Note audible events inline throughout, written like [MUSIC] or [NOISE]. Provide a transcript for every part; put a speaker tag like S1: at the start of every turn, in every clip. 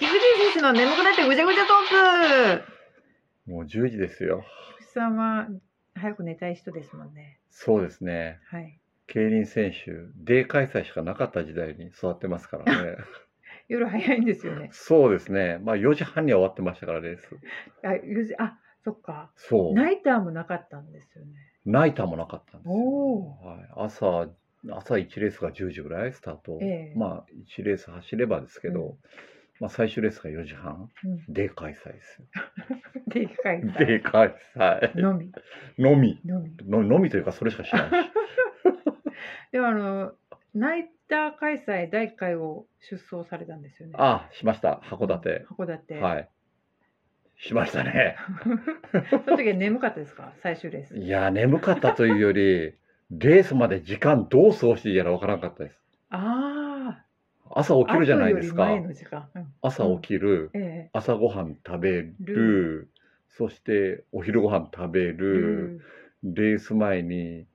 S1: リシスの眠くなってぐちゃぐちゃトーク
S2: もう10時ですよ。
S1: 菊池さんは早く寝たい人ですもんね。
S2: そうですね。
S1: はい。
S2: 競輪選手、デー開催しかなかった時代に育ってますか
S1: [LAUGHS]
S2: らね。
S1: 夜早いんですよね。
S2: そうですね。まあ4時半には終わってましたからです。
S1: あ、4時あ、そっか。
S2: そう。
S1: ナイターもなかったんですよね。
S2: ナイターもなかったんですよ。
S1: お
S2: はい、朝、朝1レースが10時ぐらいスタート。
S1: ええ
S2: まあ1レース走ればですけど、
S1: う
S2: まあ最終レースが4時半。
S1: うん。
S2: デー開催ですよ。
S1: でかい
S2: デー開催。
S1: のみ。
S2: のみ。
S1: のみ。
S2: ののみというかそれしか知
S1: [LAUGHS]
S2: らない。
S1: でもあの、ナイター開催第1回を出走されたんですよね。
S2: あ、しました。函館。
S1: 函館。い。
S2: はい。しましたね。
S1: その時は眠かったですか最終レース。
S2: いや、眠かったというより、 [LAUGHS] レースまで時間どう過ごしていいやらわからなかったです。
S1: ああ。
S2: 朝起きるじゃないですか
S1: 朝よ。り前の時間。うん
S2: 朝起きる、
S1: ええ
S2: 朝ごはん食べる、
S1: る
S2: そしてお昼ごはん食べる、レース前に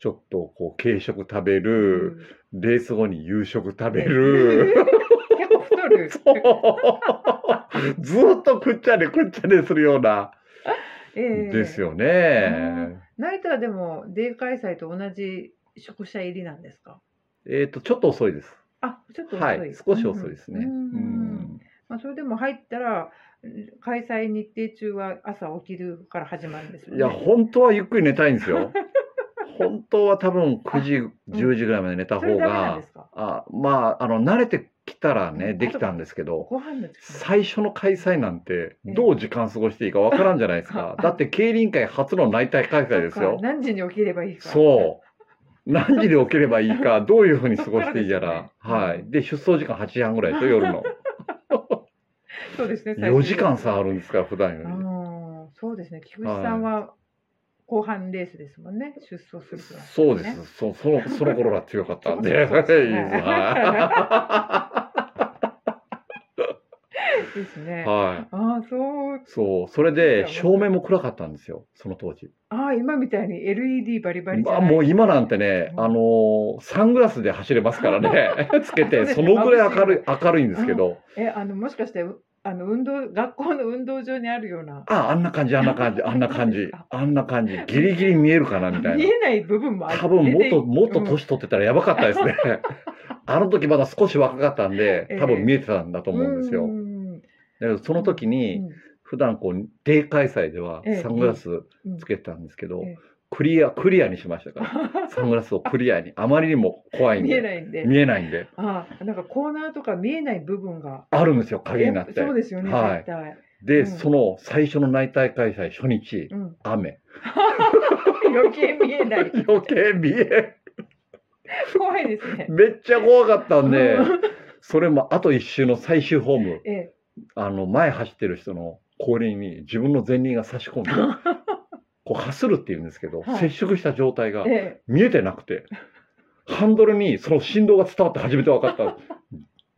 S2: ちょっとこう軽食食べ
S1: う
S2: る、
S1: ん
S2: レース後に夕食食べる。
S1: [LAUGHS] 結構太
S2: [LAUGHS]
S1: る。
S2: そうずっとくっちゃねくっちゃねするような、
S1: ええ
S2: です。よ
S1: うん
S2: ね。
S1: ナイターでもデー開催と同じ宿舎入りなんですか。
S2: えっ、とちょっと遅いです。
S1: あ、ちょっと遅。
S2: はいい、少し遅いですね。
S1: う
S2: うんん、
S1: まあそれでも入ったらうん開催日程中は朝起きるから始まるんですよ、ね。
S2: いや、本当はゆっくり寝たいんで
S1: [LAUGHS]
S2: すよ。本当は多分9時、10時ぐらいまで寝た
S1: それ
S2: 方
S1: ダメなんで
S2: が
S1: す、か。
S2: あまあ、あの慣れてきたら
S1: う
S2: ね、
S1: ん
S2: できたんですけど、
S1: ご飯の時間。。
S2: 最初の開催なんて、どう時間過ごしていいかわからんじゃないですか
S1: [LAUGHS]
S2: だって、競輪界初の内定開催です
S1: そっ
S2: よ
S1: か。何時に起きればいいか。
S2: そう。何時に起きればい
S1: [LAUGHS]
S2: いか、どういうふうに過ごしていいやら。
S1: そっから
S2: は
S1: ですね
S2: い。で、出走時間8時半ぐらいでしょ、夜の。
S1: う。そうですね。 [LAUGHS] 最終
S2: 4時間差あるんですから、普段よ
S1: あ
S2: り。
S1: のーそうですね。菊池さんは後半レースですもんね。出走するから、
S2: そうです。。そそのその頃が強かったん
S1: [LAUGHS]
S2: で。
S1: そうそうそう
S2: [LAUGHS] いいですは [LAUGHS]
S1: ですね。
S2: いはい。
S1: ああ、そう。
S2: そう。それで、照明も暗かったんですよ、その当時。
S1: ああ、今みたいに LED バリバリじ
S2: ま
S1: ゃ
S2: あ、
S1: ない。
S2: もう今なんてね、
S1: うん
S2: あのーサングラスで走れますか
S1: [LAUGHS]
S2: らね、つけて、そのぐらい明るい明るいんですけど、
S1: え、あの、もしかして、うあの、運動、学校の運動場にあるような。
S2: ああ、あんな感じ、あんな感じ、あんな感じ、あんな感じ、ギリギリ見えるかなみたい
S1: 見
S2: な。
S1: えない部分もある。
S2: 多分もっともっと
S1: うん
S2: 年取ってたらやばかったですね。
S1: [LAUGHS]
S2: あの時まだ少し若かったんで
S1: ええ、
S2: 多分見えてたんだと思うんですよ。
S1: ん
S2: だけどその時に、
S1: うん
S2: 普段こう低開催では
S1: ええ
S2: サングラス
S1: うん
S2: つけてたんですけど、
S1: ええ
S2: クリアクリアにしましたから
S1: [LAUGHS]
S2: サングラスをクリアにあまりにも怖いん
S1: 見え
S2: で
S1: ないんで。
S2: 見えないんで
S1: ああ、なんかコーナーとか見えない部分が。
S2: あるんですよ影になっ
S1: え
S2: て
S1: そうですよね、
S2: はい
S1: 絶対。
S2: で、
S1: うん
S2: その最初の内体開催初日
S1: うん。 [LAUGHS]
S2: 雨
S1: 余計見えない。
S2: 余計見え
S1: 怖いですね。
S2: めっちゃ怖かった
S1: [LAUGHS]
S2: んで
S1: うん
S2: それもあと一周の最終ホーム
S1: ええ、
S2: あの前走ってる人の後輪に自分の前輪が差し込
S1: [LAUGHS]
S2: んでこう走るっていうんですけど、
S1: はい
S2: 接触した状態が
S1: ええ、
S2: 見えてなくて、ハンドルにその振動が伝わって初めて分かった。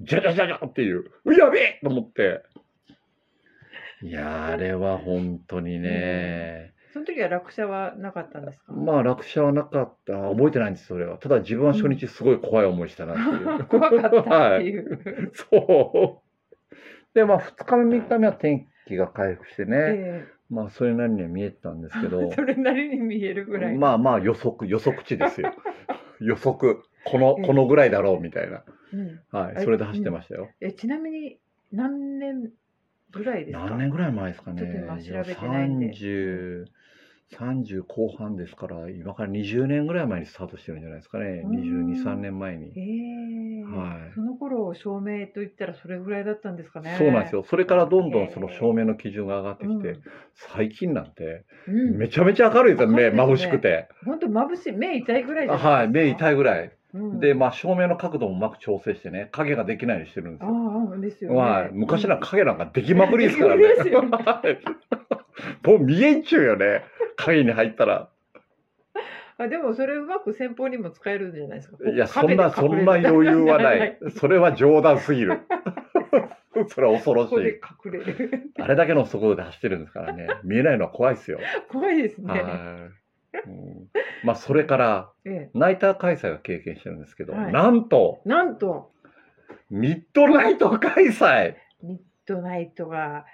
S2: じゃじゃじゃじゃっていう、うやべえと思って。いやー、あれは本当にね、
S1: その時は落車はなかったんですか。
S2: まあ落車はなかった、覚えてないんです、それは。ただ自分は初日すごい怖い思いしたなっていう。
S1: 怖かったっ
S2: は
S1: て
S2: い。
S1: いう。
S2: そう。で、まあ2日目、3日目は天気が回復してね、
S1: え
S2: まあそれなりには見えてたんですけど
S1: え、それなりに見える [LAUGHS] ぐらい。
S2: まあまあ予測、予測値です
S1: [LAUGHS]
S2: よ。予測、この、
S1: ええ
S2: このぐらいだろうみたいな。
S1: うん
S2: は
S1: はい
S2: い、それで走ってましたよ。
S1: えちなみに何年ぐらいですか
S2: 何年ぐらい前ですかね。
S1: ちょっと今調べてないんで
S2: 30、30後半ですから、今から20年ぐらい前にスタートしてるんじゃないですかね。
S1: うん
S2: 22、3年前
S1: え
S2: に。
S1: え
S2: はい
S1: その頃照明と言ったらそれぐらいだったんですかね
S2: そうなんですよ。それからどんどんその
S1: ええ
S2: 照明の基準が上がってき
S1: う
S2: て
S1: ん、
S2: 最近なんて、
S1: うん、
S2: めちゃめちゃ明るいですよ、
S1: 明る
S2: 目
S1: いですね
S2: 眩しくて。
S1: 本当眩しい目痛いぐらいじゃな
S2: はいい、目
S1: ですか、
S2: 痛いぐらい。
S1: うん
S2: で、まあ、照明の角度もうまく調整してね、影ができないようにしてるんです
S1: あ
S2: よ。
S1: ああですよね、
S2: はい、昔なんか影なんかできまくりですからね
S1: できまくりですよね。
S2: はい [LAUGHS] もう見えんちゅうよね、影に入ったら。
S1: あでもそれうまく先方にも使えるんじゃないですか
S2: いや、そんな、そんな余裕
S1: [LAUGHS]
S2: はない。それは冗談すぎる。 [LAUGHS] それは恐ろ
S1: こ
S2: し
S1: こで
S2: い。
S1: 隠れる [LAUGHS]
S2: あれだけの速度で走ってるんですからね、見えないのは怖いですよ。
S1: 怖いですね、
S2: はい。うんまあ、それから、
S1: ええ
S2: ナイター開催は経験してるんですけど、
S1: はい
S2: なんと、
S1: なんと
S2: ミッドナイト開催
S1: ミッドナイトが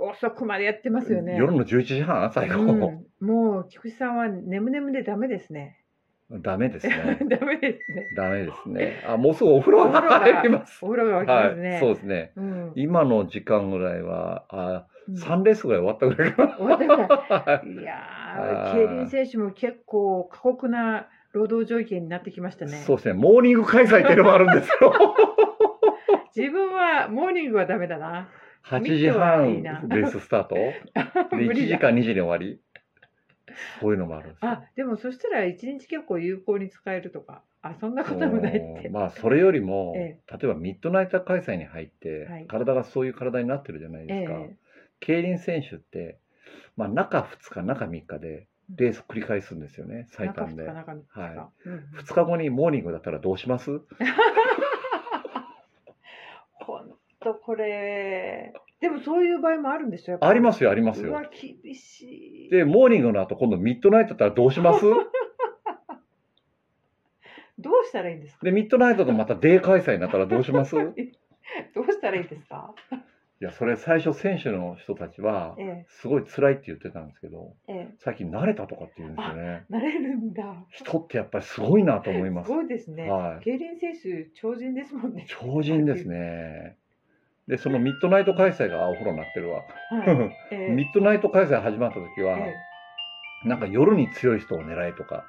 S1: 遅くまでやってますよね。
S2: 夜の11時半最後、
S1: うん、もう菊池さんは眠眠でダメですね。 [LAUGHS]
S2: ダメですね
S1: ダメですね。
S2: ダメですねあもうすぐお風呂が入ります
S1: お風呂が沸きますね。
S2: はいそうですね
S1: うん
S2: 今の時間ぐらいはあ
S1: うん
S2: 3レースぐらい終わったぐらいか
S1: 終わったぐらい
S2: なはい
S1: い
S2: [LAUGHS] あ
S1: やー、
S2: ー
S1: 競輪選手も結構過酷な労働条件になってきましたね。
S2: そうですねモーニング開催っていうのもあるんですよ
S1: [LAUGHS] 自分はモーニングはダメだな。
S2: 8時半レーススタート
S1: [LAUGHS]
S2: で
S1: 無
S2: 1
S1: 理
S2: 時
S1: だ
S2: 間2時に終わりそういうのもあるんですよ
S1: あ、でもそしたら一日結構有効に使えるとか。あ、そんなこともないって。
S2: まあそれよりも、
S1: え
S2: 例えばミッドナイト開催に入って、
S1: はい
S2: 体がそういう体になってるじゃないですか、
S1: え
S2: 競輪選手って、まあ、中2日中3日でレース繰り返すんですよね
S1: え、
S2: 最
S1: 中
S2: 短
S1: 二
S2: で
S1: 日中三日。
S2: は
S1: うんうん
S2: 2日後にモーニングだったらどうします
S1: ほんとこれ。でもそういう場合もあるんでしょ。やっぱ
S2: ありますよあります
S1: うわ
S2: よ
S1: 厳しい。
S2: でモーニングの後今度ミッドナイトだったらどうします
S1: どうしたらいいんですか。
S2: でミッドナイトとまたデー開催になったらどう
S1: [LAUGHS]
S2: しますい
S1: どうしたらいいですか。
S2: やそれ最初選手の人たちは
S1: ええ
S2: すごい辛いって言ってたんですけど
S1: ええ、
S2: 最近慣れたとかって言うんですよね
S1: なれるんだ。
S2: 人ってやっぱりすごいなと思います
S1: すごいですね。
S2: はい、
S1: 競輪選手超人ですもんね。
S2: 超人ですね。で、そのミッドナイト開催が、あお風呂になってるわ。
S1: はい。 [LAUGHS] ええ
S2: [LAUGHS] ミッドナイト開催始まった時は、
S1: ええ
S2: なんか夜に強い人を狙えとか、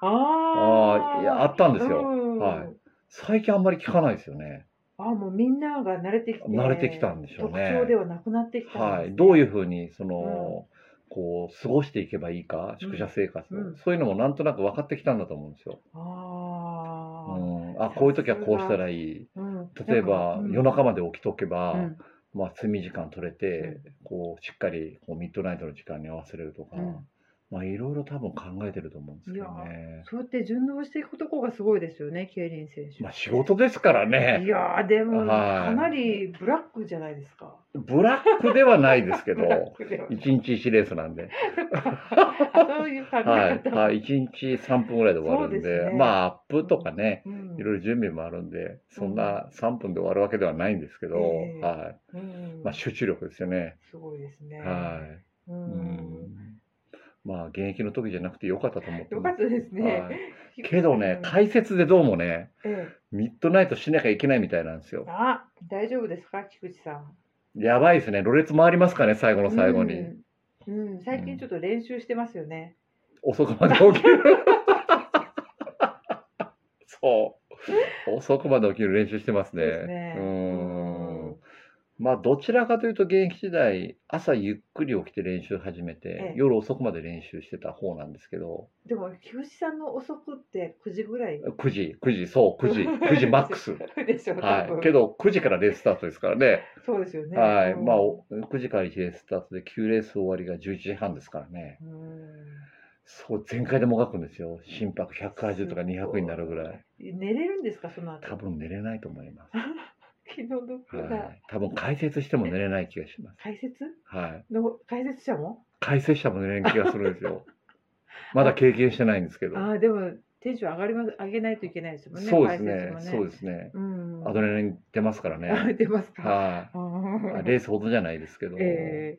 S1: あ
S2: あ
S1: あ
S2: ーいやあったんですよ
S1: うん
S2: はい最近あんまり聞かないですよね。
S1: あーもうみんなが慣れてきて
S2: 慣れてきたんでしょうね
S1: 特徴ではなくなってきたん
S2: は
S1: ですね、
S2: い、どういうふうに、その、こう過ごしていけばいいか、宿舎生活を、
S1: うん
S2: そういうのもなんとなく分かってきたんだと思うんですよ。
S1: あ
S2: う
S1: ー、
S2: ん、あ、こういう時はこうしたらいい。
S1: うん
S2: 例えば、夜中まで起きとけば、
S1: うん
S2: まあ、睡眠時間取れて、
S1: うん
S2: こうしっかりこうミッドナイトの時間に合わせれるとか、
S1: うん
S2: まあいろいろ多分考えてると思うんですけどね。
S1: そうやって順応していくとこがすごいですよね競輪選手、
S2: まあ仕事ですから
S1: い
S2: ね、
S1: やーでも
S2: はい
S1: かなりブラックじゃないですか
S2: ブラックではないですけ
S1: ブ
S2: ど、
S1: ラ [LAUGHS]
S2: [LAUGHS]
S1: ックでは
S2: 一日一レースなんで、
S1: あそういう考え方、
S2: はい、はい、一日三分ぐらいで終わるん
S1: そ
S2: で、
S1: うですね
S2: まあアップとかね、
S1: うん
S2: いろいろ準備もあるんで、そんな三分で終わるわけではないんですけど、
S1: ええ
S2: は
S1: うん
S2: い、まあ集中力ですよね。
S1: すごいですね、
S2: はい。
S1: う、
S2: うんんまあ現役の時じゃなくてよかったと思って
S1: よか
S2: ま
S1: っ
S2: す。
S1: たですね、
S2: はいけどね、解説でどうもね、
S1: ええ
S2: ミッドナイトしなきゃいけないみたいなんですよ。
S1: あ、大丈夫ですか、菊池さん。
S2: やばいですね、ろれつ回りますかね、最後の最後に。
S1: うん。うん最近ちょっと練習してますよね。
S2: 遅くまで起き
S1: [LAUGHS]
S2: る。そう。遅くまで起きる練習してますね。
S1: そうですね
S2: うーん
S1: うん
S2: まあ、どちらかというと、現役時代、朝ゆっくり起きて練習始めて、
S1: ええ
S2: 夜遅くまで練習してた方なんですけど、
S1: でも、菊池さんの遅くって9時ぐらい。
S2: 9時、9時、そう、9時、9時マックス。
S1: [LAUGHS] でしょう、
S2: は
S1: 多分
S2: い、けど9時からレーススタートですからね、
S1: そうですよね。
S2: はい
S1: うん
S2: まあ、お9時から1レーススタートで9レース終わりが11時半ですからね、
S1: うん
S2: そう全開でもがくんですよ心拍180とか200になるぐらい
S1: 寝れるんですか、その後。
S2: 多分寝れないと思いま
S1: 気の毒 [LAUGHS]
S2: す、
S1: な、
S2: はい、多分解説しても寝れない気がします、
S1: 解説
S2: はい、
S1: の解説者も。
S2: 解説者も寝れない気がするんです
S1: [LAUGHS]
S2: よまだ経験してないんですけど、
S1: ああ、でも、テンション上がります、上げないといけないですもんね。
S2: そうですね
S1: 解説も
S2: そうですね
S1: うん。
S2: アドレナリン出ますから
S1: あ [LAUGHS]
S2: ね
S1: 出ますか。
S2: はい
S1: うん
S2: あレースほどじゃないですけど、
S1: え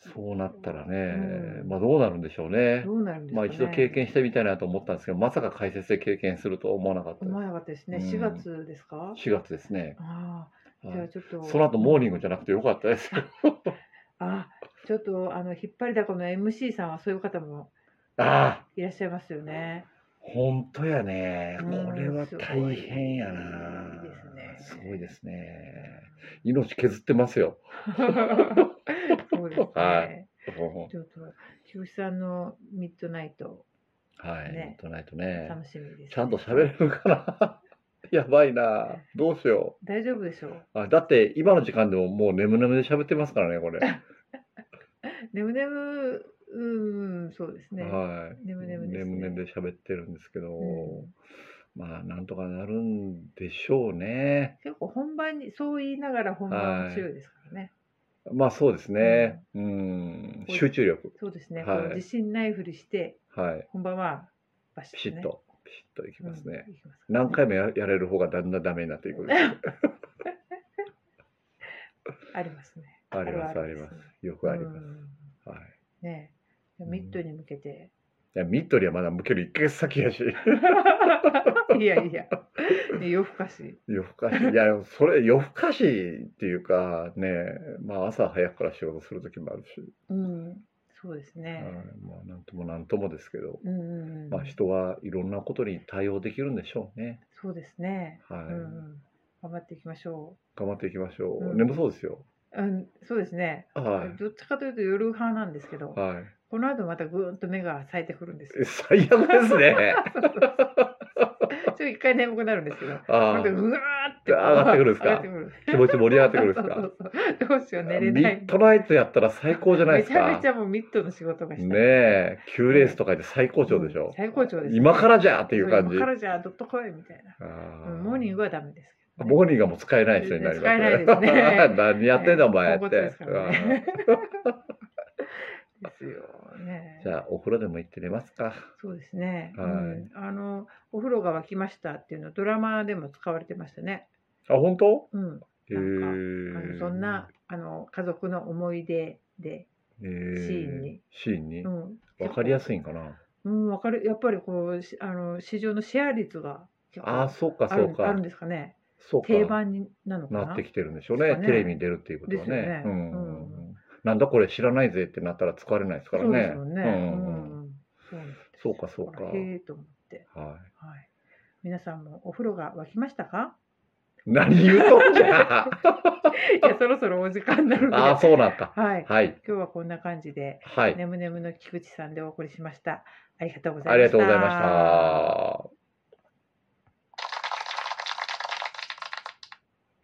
S2: そうなったらね、
S1: うん
S2: まあどうなるんでしょうね
S1: えどうなるんです
S2: ま
S1: か、
S2: あ
S1: ね。
S2: 一度経験してみたいなと思ったんですけど、まさか解説で経験するとは思わなかったで
S1: 思わなかったですね。
S2: うん
S1: 4月ですか。
S2: す。4月ですね。
S1: ああ、じゃ
S2: は
S1: あ
S2: い
S1: ちょっと。
S2: その後モーニン
S1: グ。
S2: グじゃなくてよかったです。
S1: あ、ちょっとあの引っ張りだこの MC さんはそういう方も
S2: ああ、
S1: いらっしゃいますよね。
S2: 本当やね。
S1: うん
S2: これは大変やな。
S1: す
S2: す
S1: ご
S2: ご
S1: い
S2: い
S1: で
S2: ですね。命削ってますよ。
S1: そうですね。
S2: はい
S1: ちょっと菊池さんのミッドナイト
S2: はい、
S1: ね
S2: 本当ないとね。
S1: 楽しみです、ね
S2: ちゃんと喋れるかな。 [LAUGHS] やばいな。どうしよ
S1: 大丈夫でしょう。
S2: う。あだって今の時間でももう眠々で喋ってますからね、これ。
S1: ねむねむうんそうですね。
S2: はい。
S1: ねむねむですね
S2: ねむねむで喋ってるんですけど、
S1: うん
S2: まあなんとかなるんでしょうね。
S1: 結構本番にそう言いながら本番は強いですからね。
S2: まあそうですね。うん、
S1: こう
S2: 集中力。
S1: そうですね。
S2: はい
S1: こう自信ないふりして
S2: はい。
S1: 本番はバシ
S2: ピシ
S1: ッと、ね
S2: ッ。と、ピシッといきますね。
S1: うん。いきます [LAUGHS]
S2: 何回もややれる方がだんだんダメになっていくんですよ。
S1: ありますね。
S2: ありますあ
S1: る
S2: り
S1: る
S2: ま
S1: ですね
S2: す。よくあります。
S1: うん
S2: はい。
S1: ねえミッドに向けて。 [LAUGHS]
S2: いやミッドリはまだ向ける1ヶ月先やし。 [LAUGHS]
S1: いやいや、ね、夜更かし。
S2: 夜更かし。いや、それ夜更かしっていうかね、まあ朝早くから仕事する時もあるし、
S1: うん、そうです
S2: はい
S1: ね。
S2: まあなんともなんともですけど、
S1: うんうんうん
S2: まあ人はいろんなことに対応できるんでしょうね。
S1: そうですね。
S2: はい。
S1: うんうん、頑張っていきましょ
S2: 頑張っていきましょう。
S1: うん
S2: 眠そうですよ。
S1: う。うん、そうですね。
S2: はい。
S1: どっちかというと夜派なんですけど、
S2: はい。
S1: この後またぐーんと目が冴えてくるんです
S2: え
S1: [LAUGHS] よ。
S2: 最悪です
S1: [LAUGHS]
S2: ね。
S1: ちょっと一回眠くなるんですけど、
S2: あ
S1: また
S2: ー
S1: ぐわーってこう
S2: 上がってくるんですか
S1: 上がってくる
S2: 気持ち盛り上がってくるんですか。
S1: そうそうそうどうしよう、寝れ
S2: ミ
S1: な
S2: ッ
S1: い。
S2: ドナイトやったら最高じゃない
S1: め
S2: です
S1: ちゃ
S2: か
S1: めち。ゃもうミッドの仕事がしたい
S2: ねえ、9レースとかで最高潮でしょ。
S1: 最高潮です
S2: 今からじゃーっていう感
S1: そ
S2: じ。
S1: 今からじゃあどっと来いみたいな。
S2: あ
S1: うんモーニングはダメですけどね、
S2: モーニングはもう使えない人になります
S1: 使えないですね
S2: [LAUGHS] 何やってんだお前
S1: ポ
S2: っ
S1: ンコツで
S2: て
S1: す。からねですよね
S2: うん。じゃあお風呂でも行って寝ますか。
S1: そうですね、
S2: はい
S1: うんあのお風呂が沸きましたっていうのドラマでも使われてましたね。
S2: あ、本当
S1: うん、あ
S2: へー
S1: のそんなあの家族の思い出で、
S2: へー
S1: シーンに。
S2: シーンに
S1: う。ん、
S2: わかりや
S1: い。
S2: すいんかな。
S1: うん、わかるやっぱりこうしあの市場のシェア率が結構
S2: あー、そうか
S1: あ
S2: そ
S1: る
S2: うか
S1: あるん。ですかね。
S2: そう
S1: 定
S2: か。
S1: 番になのかな。
S2: なってきてるんでしょうね。
S1: ですかね
S2: テレビに出るっていうことは
S1: ですよ
S2: ね
S1: ね。
S2: うん
S1: うん
S2: なんだこれ知らないぜってなったら使われないですから
S1: そうです
S2: ね。
S1: よ
S2: うん
S1: ね。
S2: うんうん
S1: うんそうなんです
S2: そうかそうか
S1: だらへえと思って。
S2: はい。
S1: はい。皆さんもお風呂が沸きました
S2: [LAUGHS]
S1: か？
S2: 何言うとんじ
S1: [LAUGHS]
S2: ゃ。
S1: いやそろそろお時間になるので。
S2: あー、そうなんだ。
S1: はい。
S2: はい。
S1: 今日はこんな感じで、
S2: はい。
S1: ねむねむの菊池さんでお送りしました。ありがとうございました。
S2: ありがとうございました。